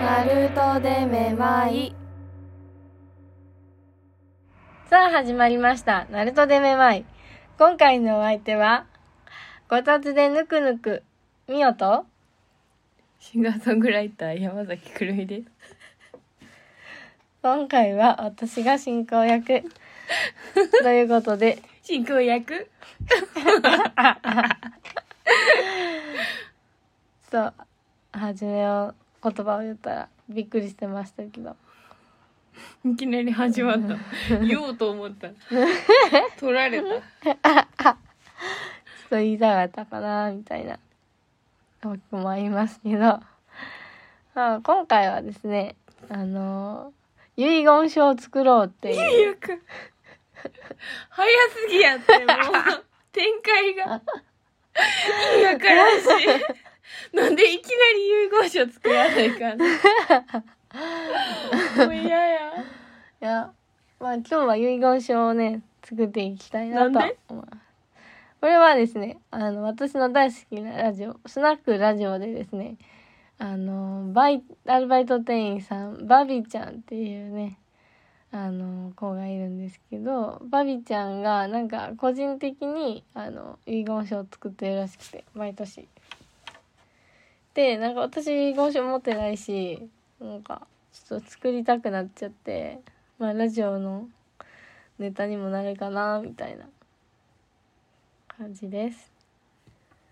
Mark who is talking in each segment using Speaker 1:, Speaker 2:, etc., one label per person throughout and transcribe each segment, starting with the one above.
Speaker 1: ナルトでめまい。
Speaker 2: さあ始まりました。ナルトでめまい。今回のお相手は、こたつでぬくぬく、みおと、
Speaker 3: シンガーソングライター山崎くるみです。
Speaker 2: 今回は私が進行役。 ということで、
Speaker 3: 進行役
Speaker 2: ちょっと、はじめを、言葉を言ったら、びっくりしてましたけど。
Speaker 3: いきなり始まった。 言おうと思った。取られた。
Speaker 2: ちょっと言いたかったかなみたいな僕もありますけど、 まあ、今回はですねあの遺言書を作ろうっていう
Speaker 3: 早く。早すぎやって、もう。展開が。意味わからんし。なんでいきなり遺言書作らないかんのもう嫌や。
Speaker 2: いや、まあ、今日は遺言書をね作っていきたいなと
Speaker 3: なんで
Speaker 2: 思います。これはですねあの私の大好きなラジオスナックラジオでですねあのバイアルバイト店員さんバビちゃんっていうねあの子がいるんですけどバビちゃんがなんか個人的にあの遺言書を作ってるらしくて毎年。でなんか私遺言書持ってないしなんかちょっと作りたくなっちゃってまあラジオのネタにもなるかなみたいな感じです。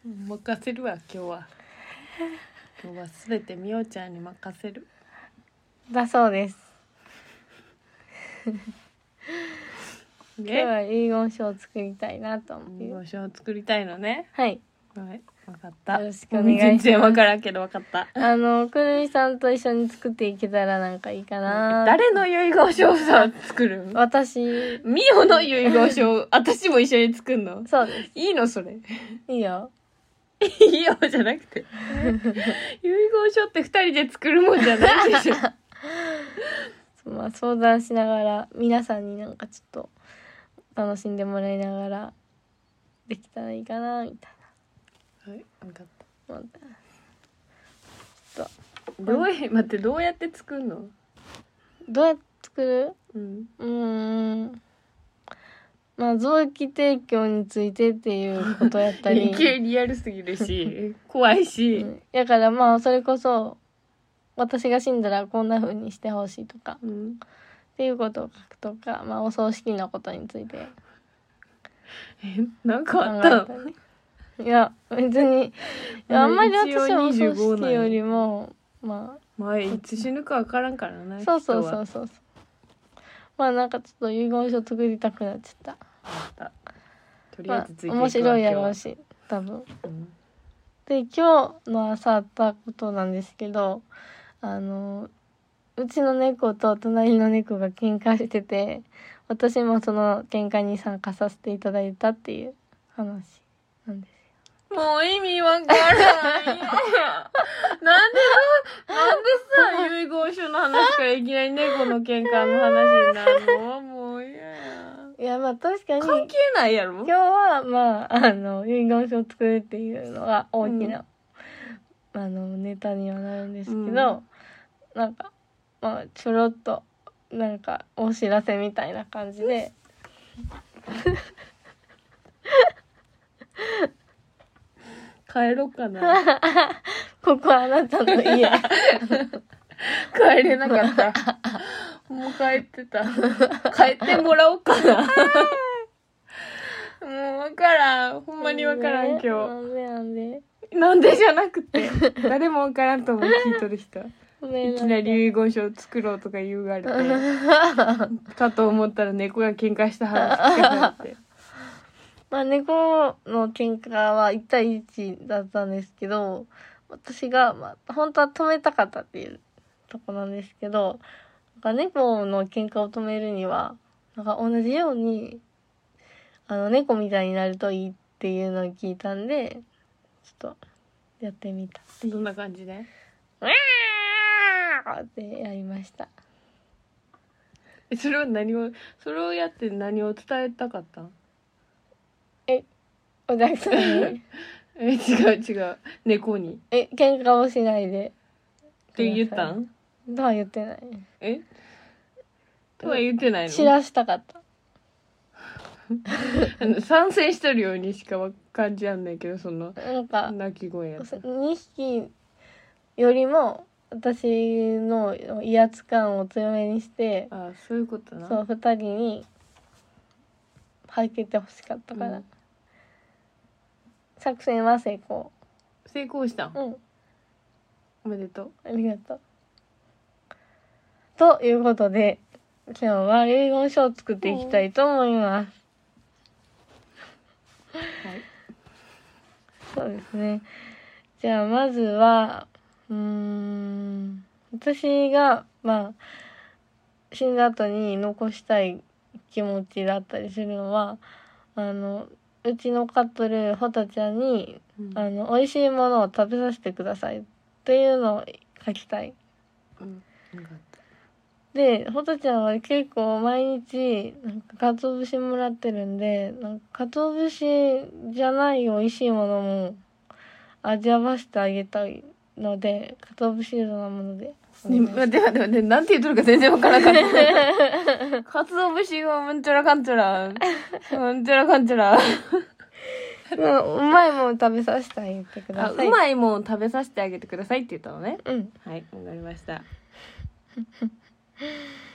Speaker 3: 任せるわ、今日は。今日はすべてみおちゃんに任せる。
Speaker 2: だそうです。今日
Speaker 3: ね。
Speaker 2: は遺言書を作りたいなと
Speaker 3: 遺
Speaker 2: 思う。
Speaker 3: 言書を作りたいのね。
Speaker 2: はい。
Speaker 3: はい、わかった。
Speaker 2: よろしくお願いします
Speaker 3: 全然わからんけどわかった。
Speaker 2: あのくるみさんと一緒に作っていけたらなんかいいかな。
Speaker 3: 誰の遺言書をさ、作るん
Speaker 2: 私。
Speaker 3: ミオの遺言書を、私も一緒に作るの
Speaker 2: そうで
Speaker 3: いいのそれ。
Speaker 2: す。いいよ。
Speaker 3: いいよじゃなくて。遺言書って二人で作るもんじゃないでしょ。
Speaker 2: まあ相談しながら皆さんになんかちょっと楽しんでもらいながらできたらいいかなみたい
Speaker 3: はい、わかった。
Speaker 2: な思って。
Speaker 3: どうや、待って、どうやって作るの
Speaker 2: どうやって作る？
Speaker 3: うん。
Speaker 2: うーん。まあ臓器提供についてって いうことやったり。
Speaker 3: 急にリアルすぎるし、怖いし
Speaker 2: う。んだからまあそれこそ私が死んだらこんな風にしてほしいとか
Speaker 3: うん。
Speaker 2: っていうことを書くとか、まあ、お葬式のことについて
Speaker 3: え、なん
Speaker 2: 考
Speaker 3: かあ
Speaker 2: え
Speaker 3: ったたの
Speaker 2: りいや別にいやあんまり私はお
Speaker 3: 一応
Speaker 2: 葬
Speaker 3: 25なん
Speaker 2: 式
Speaker 3: や
Speaker 2: よりもま
Speaker 3: 前、いつ死ぬかわからんからな。
Speaker 2: あそうそう
Speaker 3: 人は
Speaker 2: そうそうそうまあなんかちょっと遺言書作りたくなっちゃった
Speaker 3: とりあ
Speaker 2: ま
Speaker 3: えずついて
Speaker 2: あ
Speaker 3: いくわ
Speaker 2: 面白いやろう
Speaker 3: 今
Speaker 2: し多分。
Speaker 3: 日はうん
Speaker 2: で今日の朝あったことなんですけどあのうちの猫と隣の猫が喧嘩してて私もその喧嘩に参加させていただいたっていう話なんです
Speaker 3: もう意味わからないよ。なんでな、なんでさ、遺言書の話からいきなり猫の喧嘩の話になるのもう嫌や。
Speaker 2: いやまあ確かに
Speaker 3: 関
Speaker 2: 今
Speaker 3: 係ないやろ
Speaker 2: 日はまああの遺言書を作るっていうのが大きな、あのネタにはなるんですけど、
Speaker 3: うん
Speaker 2: なんかまあちょろっとなんかお知らせみたいな感じ で。
Speaker 3: 帰ろうかな。
Speaker 2: ここはあなたの 家。
Speaker 3: 帰れなかった。もう帰ってた。帰ってもらおうかな。もうわからん。ほんまにわからん、今
Speaker 2: な
Speaker 3: 日。
Speaker 2: んでなんで。
Speaker 3: なんでじゃなくて。誰もわからんと思う、聞いとる人。
Speaker 2: ごめん
Speaker 3: い
Speaker 2: な
Speaker 3: き
Speaker 2: さ
Speaker 3: なり遺言書を作ろうとか言われてかと思ったら猫が喧嘩した話聞かさ れて
Speaker 2: まあ、猫の喧嘩は一対一だったんですけど。私が、まあ、本当は止めたかったっていうとこなんですけど。なんか猫の喧嘩を止めるには、なんか同じように。あの猫みたいになるといいっていうのを聞いたんで。ちょっと。やってみた。
Speaker 3: どんな感じで
Speaker 2: あーってやりました。
Speaker 3: えそれは何をそれをやって何を伝えたかったん
Speaker 2: お客さんに
Speaker 3: え違う違う猫に
Speaker 2: え喧嘩をしないで
Speaker 3: って言ったん
Speaker 2: とは言ってない
Speaker 3: えとは言ってない
Speaker 2: 知
Speaker 3: の
Speaker 2: らしたかった
Speaker 3: あ の参戦してるようにしかわ感じあんないけどその
Speaker 2: なんか
Speaker 3: 鳴き声やった
Speaker 2: 2匹よりも私の威圧感を強めにして
Speaker 3: あそういうことな
Speaker 2: そう2人に吐けてほしかったから、
Speaker 3: うん
Speaker 2: 作戦は成功
Speaker 3: 成功したん
Speaker 2: うん
Speaker 3: おめでとう
Speaker 2: ありがとうということで今日は遺言書を作っていきたいと思います、
Speaker 3: はい
Speaker 2: そうですね。じゃあ、まずは、うーん、私が、まあ、死んだ後に残したい気持ちだったりするのは、あの、うちのカップル、ホタちゃんに、
Speaker 3: うん
Speaker 2: あの、美味しいものを食べさせてくださいっていうのを書きたい。
Speaker 3: うんよかっ
Speaker 2: で、ホタちゃんは結構毎日、なんか、かつお節もらってるんで、なんか、かつお節じゃない美味しいものも味わわせてあげたいので、かつお節のようなもので。
Speaker 3: たね待って待って待ってなんて言っとるか全然わからなか ったかつお節がうんちゃらかんちゃらうんちゃらかんちゃ ら
Speaker 2: まあ、うまいもの食べさせてあげてく
Speaker 3: あ
Speaker 2: ださい。
Speaker 3: うまいもん食べさせてあげてくださいって言ったのね
Speaker 2: うん。
Speaker 3: はいわかりました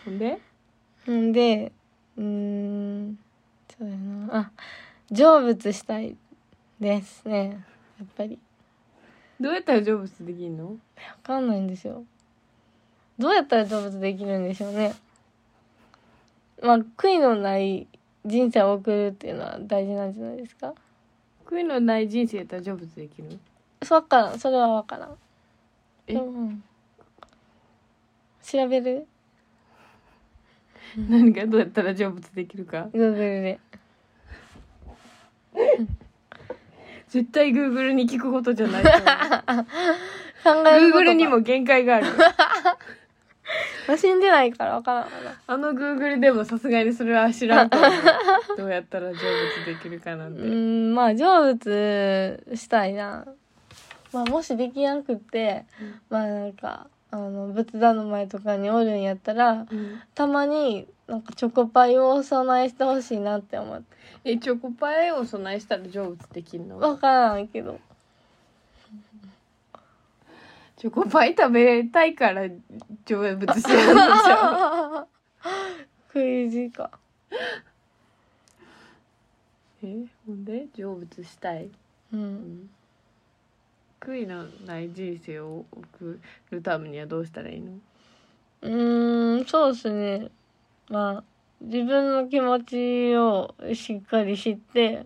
Speaker 3: ほんで
Speaker 2: んで、うーん、そうだな。あ、成仏したいですね。やっぱり。
Speaker 3: どうやったら成仏できんの
Speaker 2: わかんないんですよ。どうやったら成仏できるんでしょうね。まあ、悔いのない人生を送るっていうのは大事なんじゃないですか。
Speaker 3: 悔いのない人生やったら成仏できる
Speaker 2: そうわからん、それはわからん。
Speaker 3: え
Speaker 2: うん調べる
Speaker 3: 何がどうやったら成仏できるか
Speaker 2: ?Google で。
Speaker 3: 絶対 Google に聞くことじゃないと 思う
Speaker 2: 考えることが
Speaker 3: Google に。も限界がある
Speaker 2: まあ、死んでないからわからんかな。
Speaker 3: あの Google でもさすがにそれは知らんと 思うどうやったら成仏できるかなん
Speaker 2: う
Speaker 3: て、
Speaker 2: ーん、まあ、成仏したいな。まあ、もしできなくって、まあなんか、あの、仏壇の前とかにおるんやったら、たまになんかチョコパイをお供えしてほしいなって思って
Speaker 3: えチョコパイを備えしたら成仏できんの
Speaker 2: 分からんけど
Speaker 3: チョコパイ食べたいから成仏してるんじゃん
Speaker 2: クイズか
Speaker 3: えほんで成仏したい、
Speaker 2: う
Speaker 3: うんん、悔いのない人生を送るためにはどうしたらいいの
Speaker 2: うーんそうですねまあ自分の気持ちをしっかり知って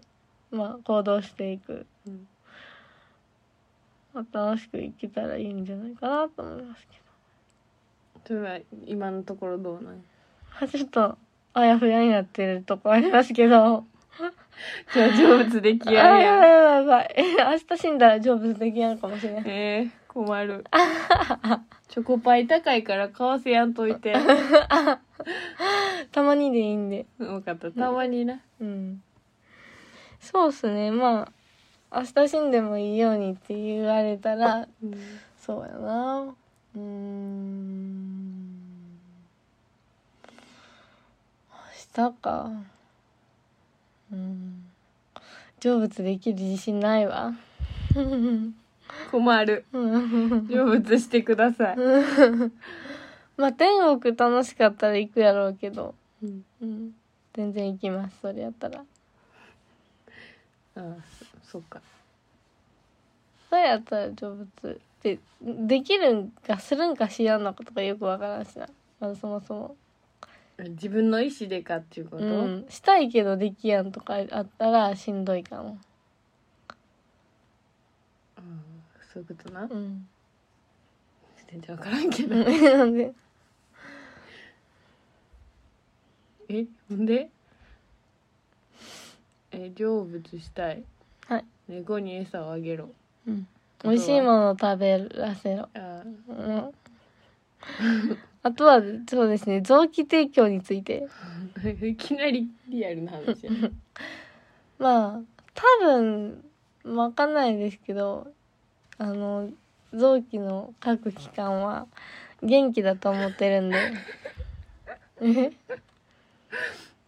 Speaker 2: まあ行動していく、
Speaker 3: うん
Speaker 2: まあ、楽しく生きたらいいんじゃないかなと思いますけど
Speaker 3: それは今のところどうなん
Speaker 2: まあちょっとあやふやになってるとこありますけど
Speaker 3: じゃあ成仏で き
Speaker 2: あや
Speaker 3: やんやん
Speaker 2: やばいやばい 明日死んだら成仏できないかもしれない
Speaker 3: えー、困 るチョコパイ高いから買わせやんとい て
Speaker 2: たまにでいいんで
Speaker 3: 分かったたまにな
Speaker 2: うんそうっすねまあ明日死んでもいいようにって言われたら
Speaker 3: うん
Speaker 2: そうやなうーん明日かうん成仏できる自信ないわ
Speaker 3: 困る成仏してください、
Speaker 2: まあ天国楽しかったら行くやろうけど、
Speaker 3: うん
Speaker 2: うん、全然行きますそれやったら
Speaker 3: ああそそっか
Speaker 2: どうやったら成仏ってできるんかするんかしやんのかとかよくわからんしな、まずそもそも、
Speaker 3: 自分の意思でかっていうこと、
Speaker 2: うん、したいけどできやんとかあったらしんどいかも、
Speaker 3: そういうことな
Speaker 2: うん、
Speaker 3: 全然分からんけど、
Speaker 2: なん で
Speaker 3: えほんでえ成仏したい
Speaker 2: はい
Speaker 3: 猫に餌をあげろ
Speaker 2: 美味しいものを食べらせろ、
Speaker 3: ああ
Speaker 2: うん、あとは、そうですね、臓器提供について。
Speaker 3: いきなりリアルな 話や。
Speaker 2: まあ、多分、わかんないですけど、あの、臓器の各機関は元気だと思ってるんで。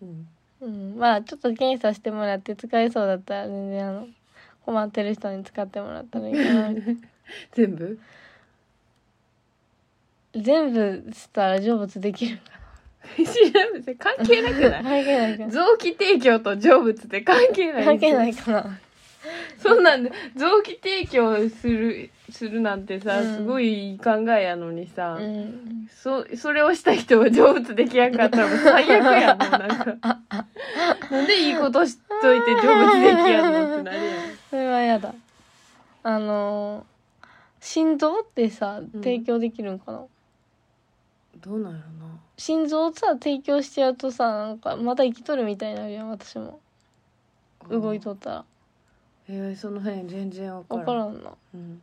Speaker 3: うん
Speaker 2: うん、まあちょっと検査してもらって使えそうだったら全然あの困ってる人に使ってもらったらいいかなみたいな
Speaker 3: 全部
Speaker 2: 全部したら成仏できる
Speaker 3: 調べて関係なく
Speaker 2: か
Speaker 3: な
Speaker 2: 関
Speaker 3: い
Speaker 2: 係ないかな
Speaker 3: 臓器提供と成仏って関係ない
Speaker 2: 関係ないいかな
Speaker 3: そんなんで臓器提供するするなんてさ、
Speaker 2: うん
Speaker 3: すごいいい考えやのにさ、
Speaker 2: うん
Speaker 3: そそれをした人は成仏できなかったらもう最悪やもんなん かなんでいいことしといて成仏できやんのってなるやん
Speaker 2: それはやだあのー心臓ってさ
Speaker 3: うん
Speaker 2: 提供できるんかな、
Speaker 3: どうなんやろな
Speaker 2: 心臓をさ提供しちゃうとさなんかまた生きとるみたいになるやん私も動いとったら
Speaker 3: えー、その辺全然わから
Speaker 2: 分
Speaker 3: ん
Speaker 2: からんな
Speaker 3: うん、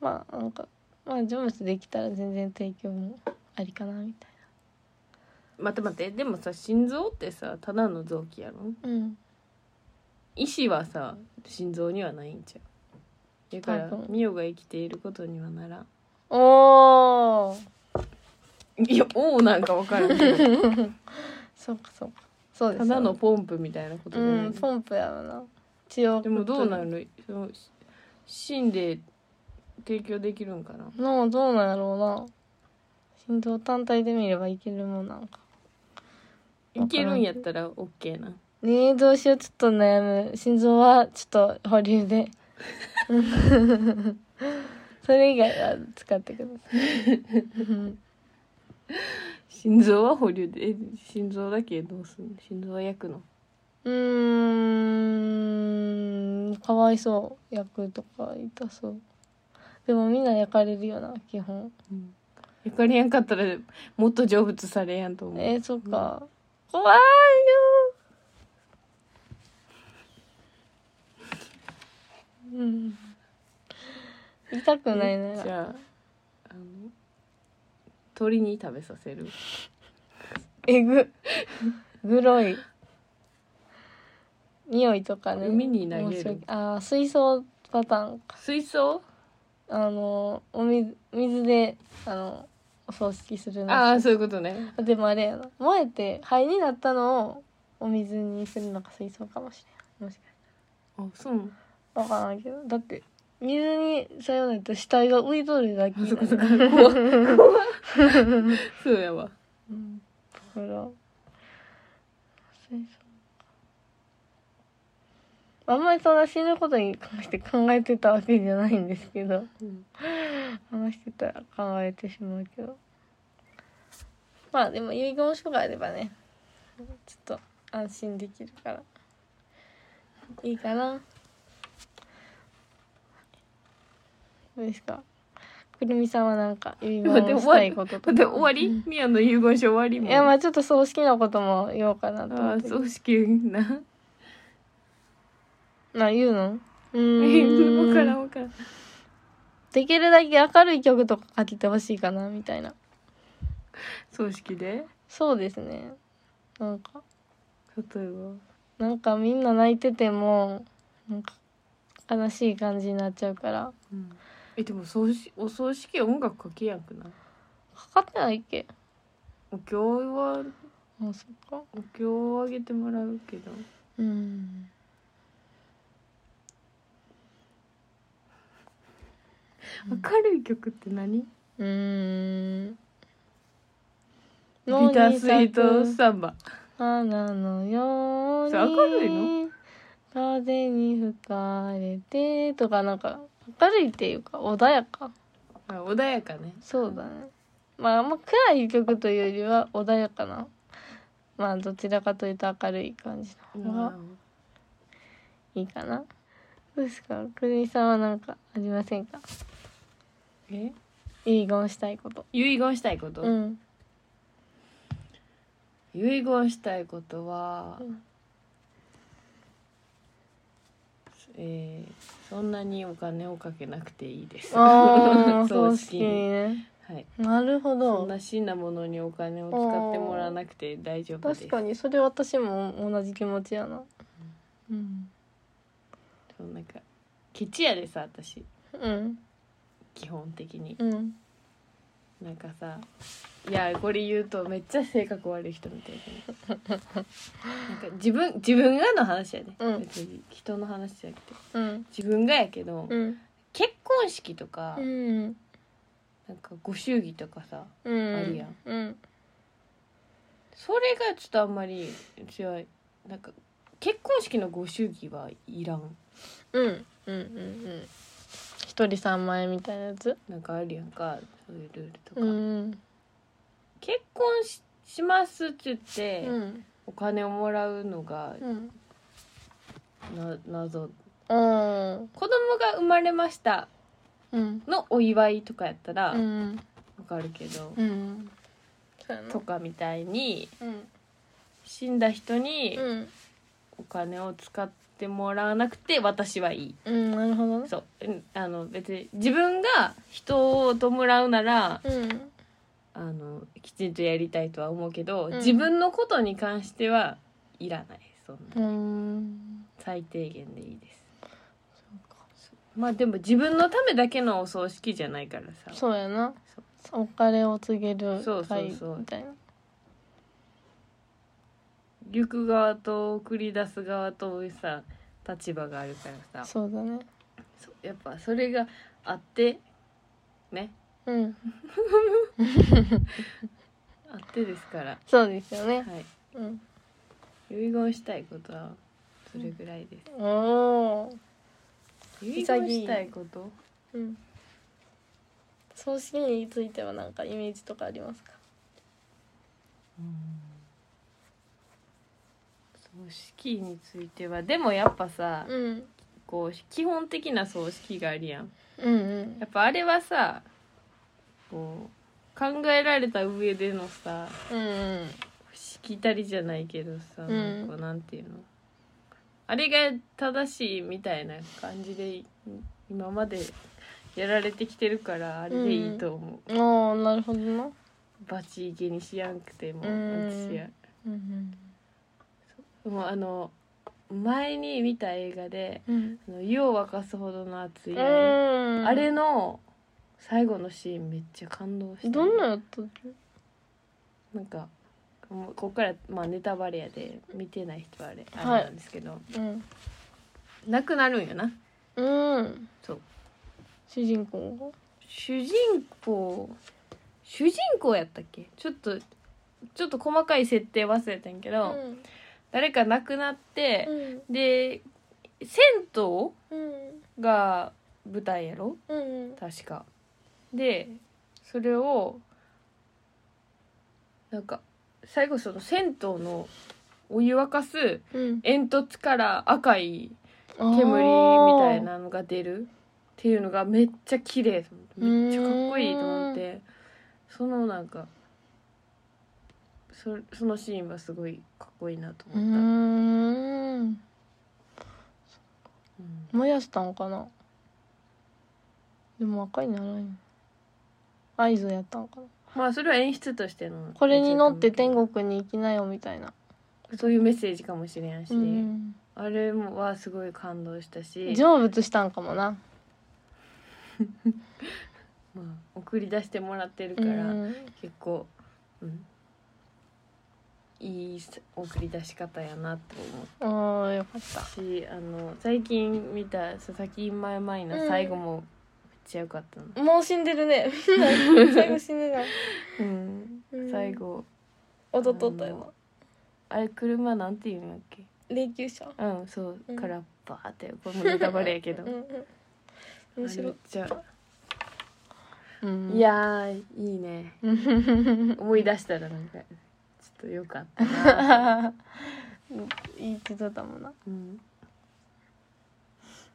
Speaker 2: まあなんかまあ成仏できたら全然提供もありかなみたい
Speaker 3: 待って待ってでもさ心臓ってさただの臓器やろ
Speaker 2: なうん
Speaker 3: 意思はさ心臓にはないんちゃうだから
Speaker 2: 多分
Speaker 3: ミオが生きていることにはならん
Speaker 2: おー
Speaker 3: いやおおなんかわからんけ ど
Speaker 2: そうかそうかそうです
Speaker 3: ただのポンプみたいなこと
Speaker 2: う
Speaker 3: じゃない、
Speaker 2: んポンプやろな血を
Speaker 3: で
Speaker 2: 送っ
Speaker 3: もど
Speaker 2: と
Speaker 3: うなるそのし死んで提供できるんかな
Speaker 2: のうどうなんやろうな心臓単体で見ればいけるもんなんかからん
Speaker 3: いけるんやったら OK な
Speaker 2: ねえどうしようちょっと悩む心臓はちょっと保留で それ以外は使ってくださいうん
Speaker 3: 心臓は保留でえ心臓だけどうすんの心臓は焼くの
Speaker 2: うーんかわいそう焼くとか痛そうでもみんな焼かれるよな基本
Speaker 3: 焼かれやんかったらもっと成仏されやんと思う
Speaker 2: えー、そっか、怖いようん痛くないな
Speaker 3: じ
Speaker 2: ら
Speaker 3: ゃああの鳥に食べさせる
Speaker 2: えぐグロい匂いとかね
Speaker 3: 海に投げる
Speaker 2: 面白いあー水槽パターンか
Speaker 3: 水槽
Speaker 2: あのお水水であのお葬式するの
Speaker 3: ああそういうことね
Speaker 2: でもあれやな燃えて灰になったのをお水にするのが水槽かもしれんもしかしたら
Speaker 3: あそう
Speaker 2: わからんけどだって水にさようないと死体が浮いとるだけ
Speaker 3: あ
Speaker 2: だ
Speaker 3: そ
Speaker 2: から
Speaker 3: こそこ怖い怖いそうやわ
Speaker 2: うんだから水槽あんまりそんな死ぬことに関して考えてたわけじゃないんですけど
Speaker 3: うん
Speaker 2: 話してたら考えてしまうけどまあでも遺言書があればねちょっと安心できるからいいかなどうですかくるみさんはなんか遺言を
Speaker 3: 待って
Speaker 2: したいこと
Speaker 3: だ
Speaker 2: と
Speaker 3: って終わりミヤの遺言書終わり
Speaker 2: い
Speaker 3: も
Speaker 2: やまあちょっと葬式のことも言おうかなと
Speaker 3: あ
Speaker 2: 思っ
Speaker 3: あ
Speaker 2: て
Speaker 3: 葬式な
Speaker 2: まあ言う のう
Speaker 3: 分から
Speaker 2: ーん
Speaker 3: ん分からん
Speaker 2: できるだけ明るい曲とかかけてほしいかなみたいな
Speaker 3: 葬式で
Speaker 2: そうですねなんか
Speaker 3: 例え
Speaker 2: なんかみんな泣いててもなんか悲しい感じになっちゃうから
Speaker 3: ば、うん、えでも葬式お葬式は音楽かけやんくない
Speaker 2: かかってないっけ
Speaker 3: お経は
Speaker 2: あそっか
Speaker 3: お経をあげてもらうけど
Speaker 2: うん
Speaker 3: 明るい曲って何
Speaker 2: うーん
Speaker 3: ビタースイートサンバ
Speaker 2: 花のように
Speaker 3: それ明るいの
Speaker 2: 風に吹かれてとかなんか明るいっていうか穏やか
Speaker 3: あ穏やかね
Speaker 2: そうだねまああんま暗い曲というよりは穏やかなまあどちらかというと明るい感じの方がいいかな。どうですか、くるみさんはなんかありませんか。
Speaker 3: え
Speaker 2: 遺言したいこと。
Speaker 3: 遺言したいこ と、
Speaker 2: うん。
Speaker 3: 遺言したいことは、
Speaker 2: うん
Speaker 3: えーそんなにお金をかけなくていいです
Speaker 2: ああ、葬
Speaker 3: 葬
Speaker 2: 式
Speaker 3: 式
Speaker 2: にね。
Speaker 3: はい
Speaker 2: なるほ
Speaker 3: そん
Speaker 2: ど
Speaker 3: な死なものにお金を使ってもらわなくて大丈夫です
Speaker 2: 確かにそれ私も同じ気持ちやなうん
Speaker 3: そうなんかケチやでさ私
Speaker 2: うん
Speaker 3: 基本的に
Speaker 2: うん
Speaker 3: なんかさいやこれ言うとめっちゃ性格悪い人みたいななんか自分自分がの話やね、
Speaker 2: うん
Speaker 3: 別に人の話じゃなくて
Speaker 2: うん
Speaker 3: 自分がやけど、
Speaker 2: うん
Speaker 3: 結婚式とか、
Speaker 2: うん
Speaker 3: なんかご祝儀とかさ
Speaker 2: うん
Speaker 3: ありやん
Speaker 2: うん
Speaker 3: それがちょっとあんまりうちはなんか結婚式のご祝儀はいらん
Speaker 2: うんうんうんうん一人三万円みたいなやつ
Speaker 3: なんかあるやんかそういうルールとか、
Speaker 2: うん
Speaker 3: 結婚ししますって言って、
Speaker 2: うん
Speaker 3: お金をもらうのが
Speaker 2: うん
Speaker 3: な
Speaker 2: う
Speaker 3: 謎
Speaker 2: ん
Speaker 3: 子供が生まれました
Speaker 2: うん
Speaker 3: のお祝いとかやったら
Speaker 2: う
Speaker 3: わ
Speaker 2: ん
Speaker 3: かるけど、
Speaker 2: うんそうやな
Speaker 3: とかみたいに
Speaker 2: うん
Speaker 3: 死んだ人に
Speaker 2: うん
Speaker 3: お金を使ってもらわなくて私はいい
Speaker 2: うんなるほどね
Speaker 3: そううんあの別に自分が人を弔うなら
Speaker 2: うん
Speaker 3: あのきちんとやりたいとは思うけど、
Speaker 2: ん
Speaker 3: 自分のことに関してはいらないそんな
Speaker 2: うん
Speaker 3: 最低限でいいです
Speaker 2: そうか
Speaker 3: まあでも自分のためだけのお葬式じゃないからさ
Speaker 2: そうやな
Speaker 3: そ
Speaker 2: お金を告げる
Speaker 3: そうそう
Speaker 2: 会
Speaker 3: そう
Speaker 2: みたいな
Speaker 3: 行く側と送り出す側とさ立場があるからさ
Speaker 2: そうだね
Speaker 3: そうやっぱそれがあってね
Speaker 2: うん
Speaker 3: あってですからは
Speaker 2: そうですよね
Speaker 3: い
Speaker 2: うん
Speaker 3: 遺言したいことはそれぐらいです、
Speaker 2: おー
Speaker 3: 遺言したいこと
Speaker 2: うん葬式についてはなんかイメージとかありますか
Speaker 3: 葬式についてはでもやっぱさ、
Speaker 2: うん
Speaker 3: こう基本的な葬式があるやん
Speaker 2: うんうん
Speaker 3: やっぱあれはさこう考えられた上でのさ
Speaker 2: うん
Speaker 3: しきたりじゃないけどさ、
Speaker 2: ん
Speaker 3: なんかなんていうのあれが正しいみたいな感じでい今までやられてきてるからあれでいいと思う、
Speaker 2: うんおーなるほどな
Speaker 3: バチイケにしやんくても、
Speaker 2: うん
Speaker 3: 私は
Speaker 2: うん
Speaker 3: もうあの前に見た映画で
Speaker 2: うん
Speaker 3: 「あの湯を沸かすほどの熱い
Speaker 2: うん
Speaker 3: 愛」あれ
Speaker 2: うん
Speaker 3: の最後のシーンめっちゃ感動した
Speaker 2: どんなやったっけ
Speaker 3: なんかもうここから、まあ、ネタバレやで見てない人はあれ,、
Speaker 2: はい
Speaker 3: あれなんですけど
Speaker 2: うん
Speaker 3: なくなるんよな
Speaker 2: うん
Speaker 3: そう
Speaker 2: 主人公
Speaker 3: 主人公主人公やったっけちょっとちょっと細かい設定忘れたんやけ
Speaker 2: が
Speaker 3: ど、
Speaker 2: うん
Speaker 3: 誰か亡くなって、
Speaker 2: うん
Speaker 3: で銭湯
Speaker 2: うん
Speaker 3: が舞台やろ
Speaker 2: うん
Speaker 3: 確かでそれをなんか最後その銭湯のお湯沸かす
Speaker 2: うん
Speaker 3: 煙突から赤い煙みたいなのが出るっていうのがめっちゃ綺麗と思ってめっちゃかっこいいと思ってそのなんかそそのシーンはすごいかっこいいなと
Speaker 2: うー
Speaker 3: 思った、
Speaker 2: ん
Speaker 3: うん
Speaker 2: 燃やしたんかなでも赤いならない合図やったんかな
Speaker 3: まあそれは演出としての
Speaker 2: これに乗って天
Speaker 3: 国
Speaker 2: 国に行きなよみたいな、
Speaker 3: そういうメッセージかもしれんし、
Speaker 2: うん、
Speaker 3: あれもはすごい感動したし、
Speaker 2: 成仏したんかもな
Speaker 3: まあ、送り出してもらってる
Speaker 2: う
Speaker 3: から、
Speaker 2: ん
Speaker 3: 結構、うん、いい送り出し方やなと思っ
Speaker 2: ああよかった
Speaker 3: しあの最近見た佐々木まいまいの最後もめっちゃ良かったな、
Speaker 2: もう死んでる ね最後死んでないうん
Speaker 3: 最後
Speaker 2: 音とったよ
Speaker 3: あれ車なんていうんだっけ
Speaker 2: な霊柩車
Speaker 3: うんそう、
Speaker 2: うん
Speaker 3: からバーってこれもネタバレやけど、
Speaker 2: うんうん面
Speaker 3: あれ
Speaker 2: 白
Speaker 3: め
Speaker 2: い
Speaker 3: っちゃ、
Speaker 2: うん
Speaker 3: いやーいい ね思い出したらなんかちょっとよかった な、
Speaker 2: いいって言ってたもんな
Speaker 3: うん、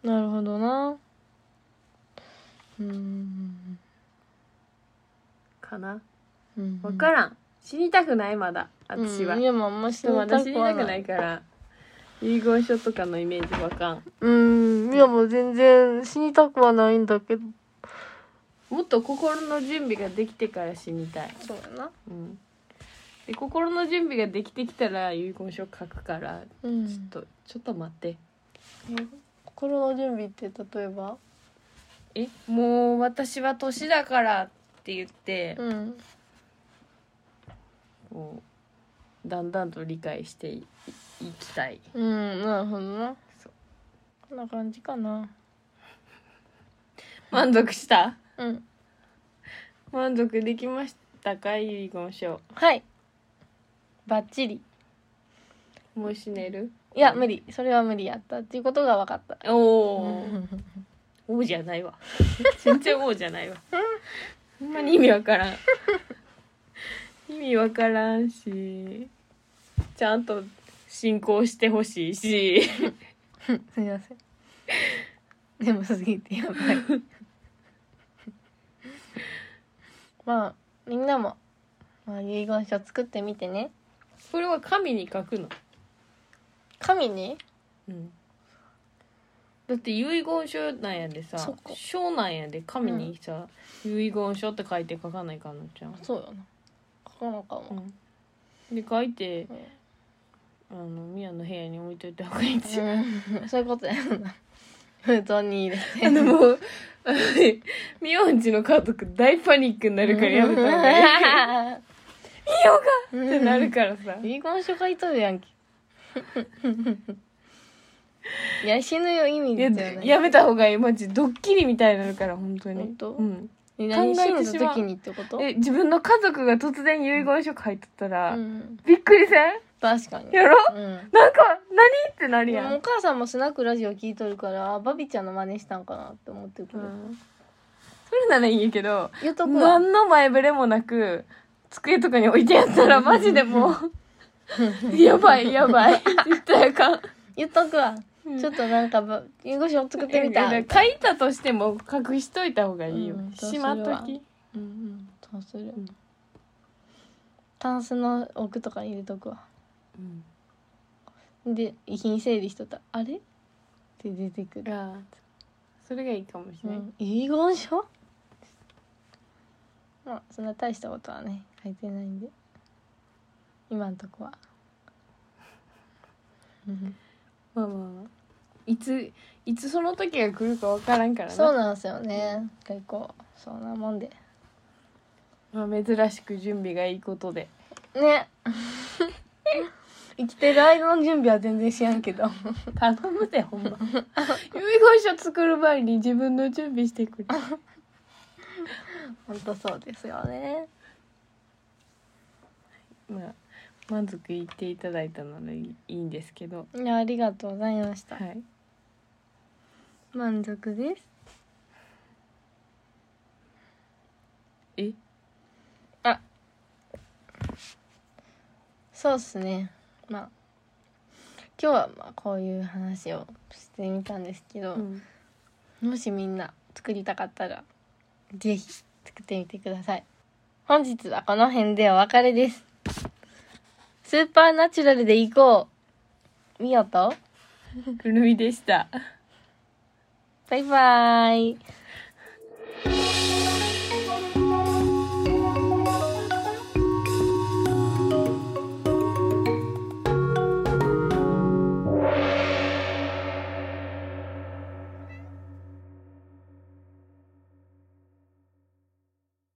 Speaker 2: なるほどなうん
Speaker 3: かな
Speaker 2: うん
Speaker 3: 分からん死にたくないまだ私は、
Speaker 2: うん、いやまああんま死
Speaker 3: で
Speaker 2: に
Speaker 3: も
Speaker 2: たくは
Speaker 3: 私にたくないから遺言書とかのイメージわかん
Speaker 2: うんいやもう全然死にたくはないんだけど
Speaker 3: もっと心の準備ができてから死にたい、
Speaker 2: そうやな
Speaker 3: うん、で心の準備ができてきたら遺言書書くから
Speaker 2: うん
Speaker 3: ちょっと、ちょっと待って
Speaker 2: 心の準備って例えば
Speaker 3: えもう私は年だからって言って、
Speaker 2: うん
Speaker 3: こうだんだんと理解していいきたい
Speaker 2: うんなるほどな
Speaker 3: そう
Speaker 2: こんな感じかな
Speaker 3: 満足した
Speaker 2: うん
Speaker 3: 満足できましたか遺言書
Speaker 2: はいバッチリ
Speaker 3: もう死ねる
Speaker 2: いや無理それは無理やったっていうことが分かった
Speaker 3: おお王じゃないわ全然王じゃないわほんまに意味わからん意味わからんしちゃんと進行してほしいし
Speaker 2: すみませんでもすぎてやばい まあみんなも、まあ、遺言書作ってみてね
Speaker 3: これは神に書くの、
Speaker 2: 神に
Speaker 3: だって遺言書なんやで
Speaker 2: そ
Speaker 3: さ
Speaker 2: っか
Speaker 3: 書なんやで神にさ、遺言書って書いて書かないかんのちゃん、
Speaker 2: そうよな書かなあかも、
Speaker 3: うん、で書いて
Speaker 2: うん
Speaker 3: あのミヤの部屋に置いといた方がいいんちゃう
Speaker 2: うん そういうことやな布団に入れて
Speaker 3: あのもう、ミオンちの家族大パニックになるからやめた方がいい。
Speaker 2: いい
Speaker 3: ってなるからさ。
Speaker 2: 遺言書書いとるやんけいや死ぬよ意味
Speaker 3: い
Speaker 2: じゃ
Speaker 3: や
Speaker 2: ない
Speaker 3: やめた方がいい。マジドッキリみたいになるから、本当に。
Speaker 2: 本当
Speaker 3: うん。
Speaker 2: 何
Speaker 3: 考えて
Speaker 2: 死
Speaker 3: し
Speaker 2: ぬ
Speaker 3: まう
Speaker 2: 時にってこと
Speaker 3: え、自分の家族が突然遺言書書いとったら、
Speaker 2: うん、
Speaker 3: びっくりせん
Speaker 2: 確かに
Speaker 3: やろ
Speaker 2: うん
Speaker 3: なんか、何ってなる
Speaker 2: で
Speaker 3: や
Speaker 2: もお
Speaker 3: ん。
Speaker 2: 母さんもスナックラジオ聞いとるからあバビちゃんの真似したんかなって思ってく
Speaker 3: う
Speaker 2: る、
Speaker 3: んそれならいいんやけど、
Speaker 2: 言うとくわ
Speaker 3: 何の前触れもなく、机とかに置いてやったらマジでもう、 やばいやばい。 絶対あかん。
Speaker 2: 言っとくわ、
Speaker 3: うん
Speaker 2: ちょっとなんかば言語書作ってみた
Speaker 3: え
Speaker 2: い
Speaker 3: だから書いたとしても隠しといた方がいいよ、
Speaker 2: うん
Speaker 3: しまっ
Speaker 2: そう
Speaker 3: と
Speaker 2: する
Speaker 3: き、うん
Speaker 2: どうする、
Speaker 3: ん
Speaker 2: タンスの奥とかに入れとくわ
Speaker 3: うん
Speaker 2: で遺品整理しとったらあれって出てくる、
Speaker 3: ああそれがいいかもし
Speaker 2: う
Speaker 3: れない、
Speaker 2: ん、遺言書まあそんな大したことはね書いてないんで今んとこはうん
Speaker 3: まあまあまあいついつその時が来るかわからんからな
Speaker 2: そうなんですよね結構そんなもんで
Speaker 3: まあ、珍しく準備がいいことで
Speaker 2: ね生きてる間の準備は全然しやんけど
Speaker 3: 頼むぜほんま 遺言書作る前に自分の準備して くれ
Speaker 2: ほんとそうですよね
Speaker 3: まあ満足言っていただいたならいいいいんですけど
Speaker 2: いやありがとうございました、
Speaker 3: はい
Speaker 2: 満足です
Speaker 3: え
Speaker 2: そうっすねまあ今日はまあこういう話をしてみたんですけど、
Speaker 3: うん
Speaker 2: もしみんな作りたかったらぜひ作ってみてください本日はこの辺でお別れですスーパーナチュラルで行こうみよと
Speaker 3: くるみでした
Speaker 2: バイバーイ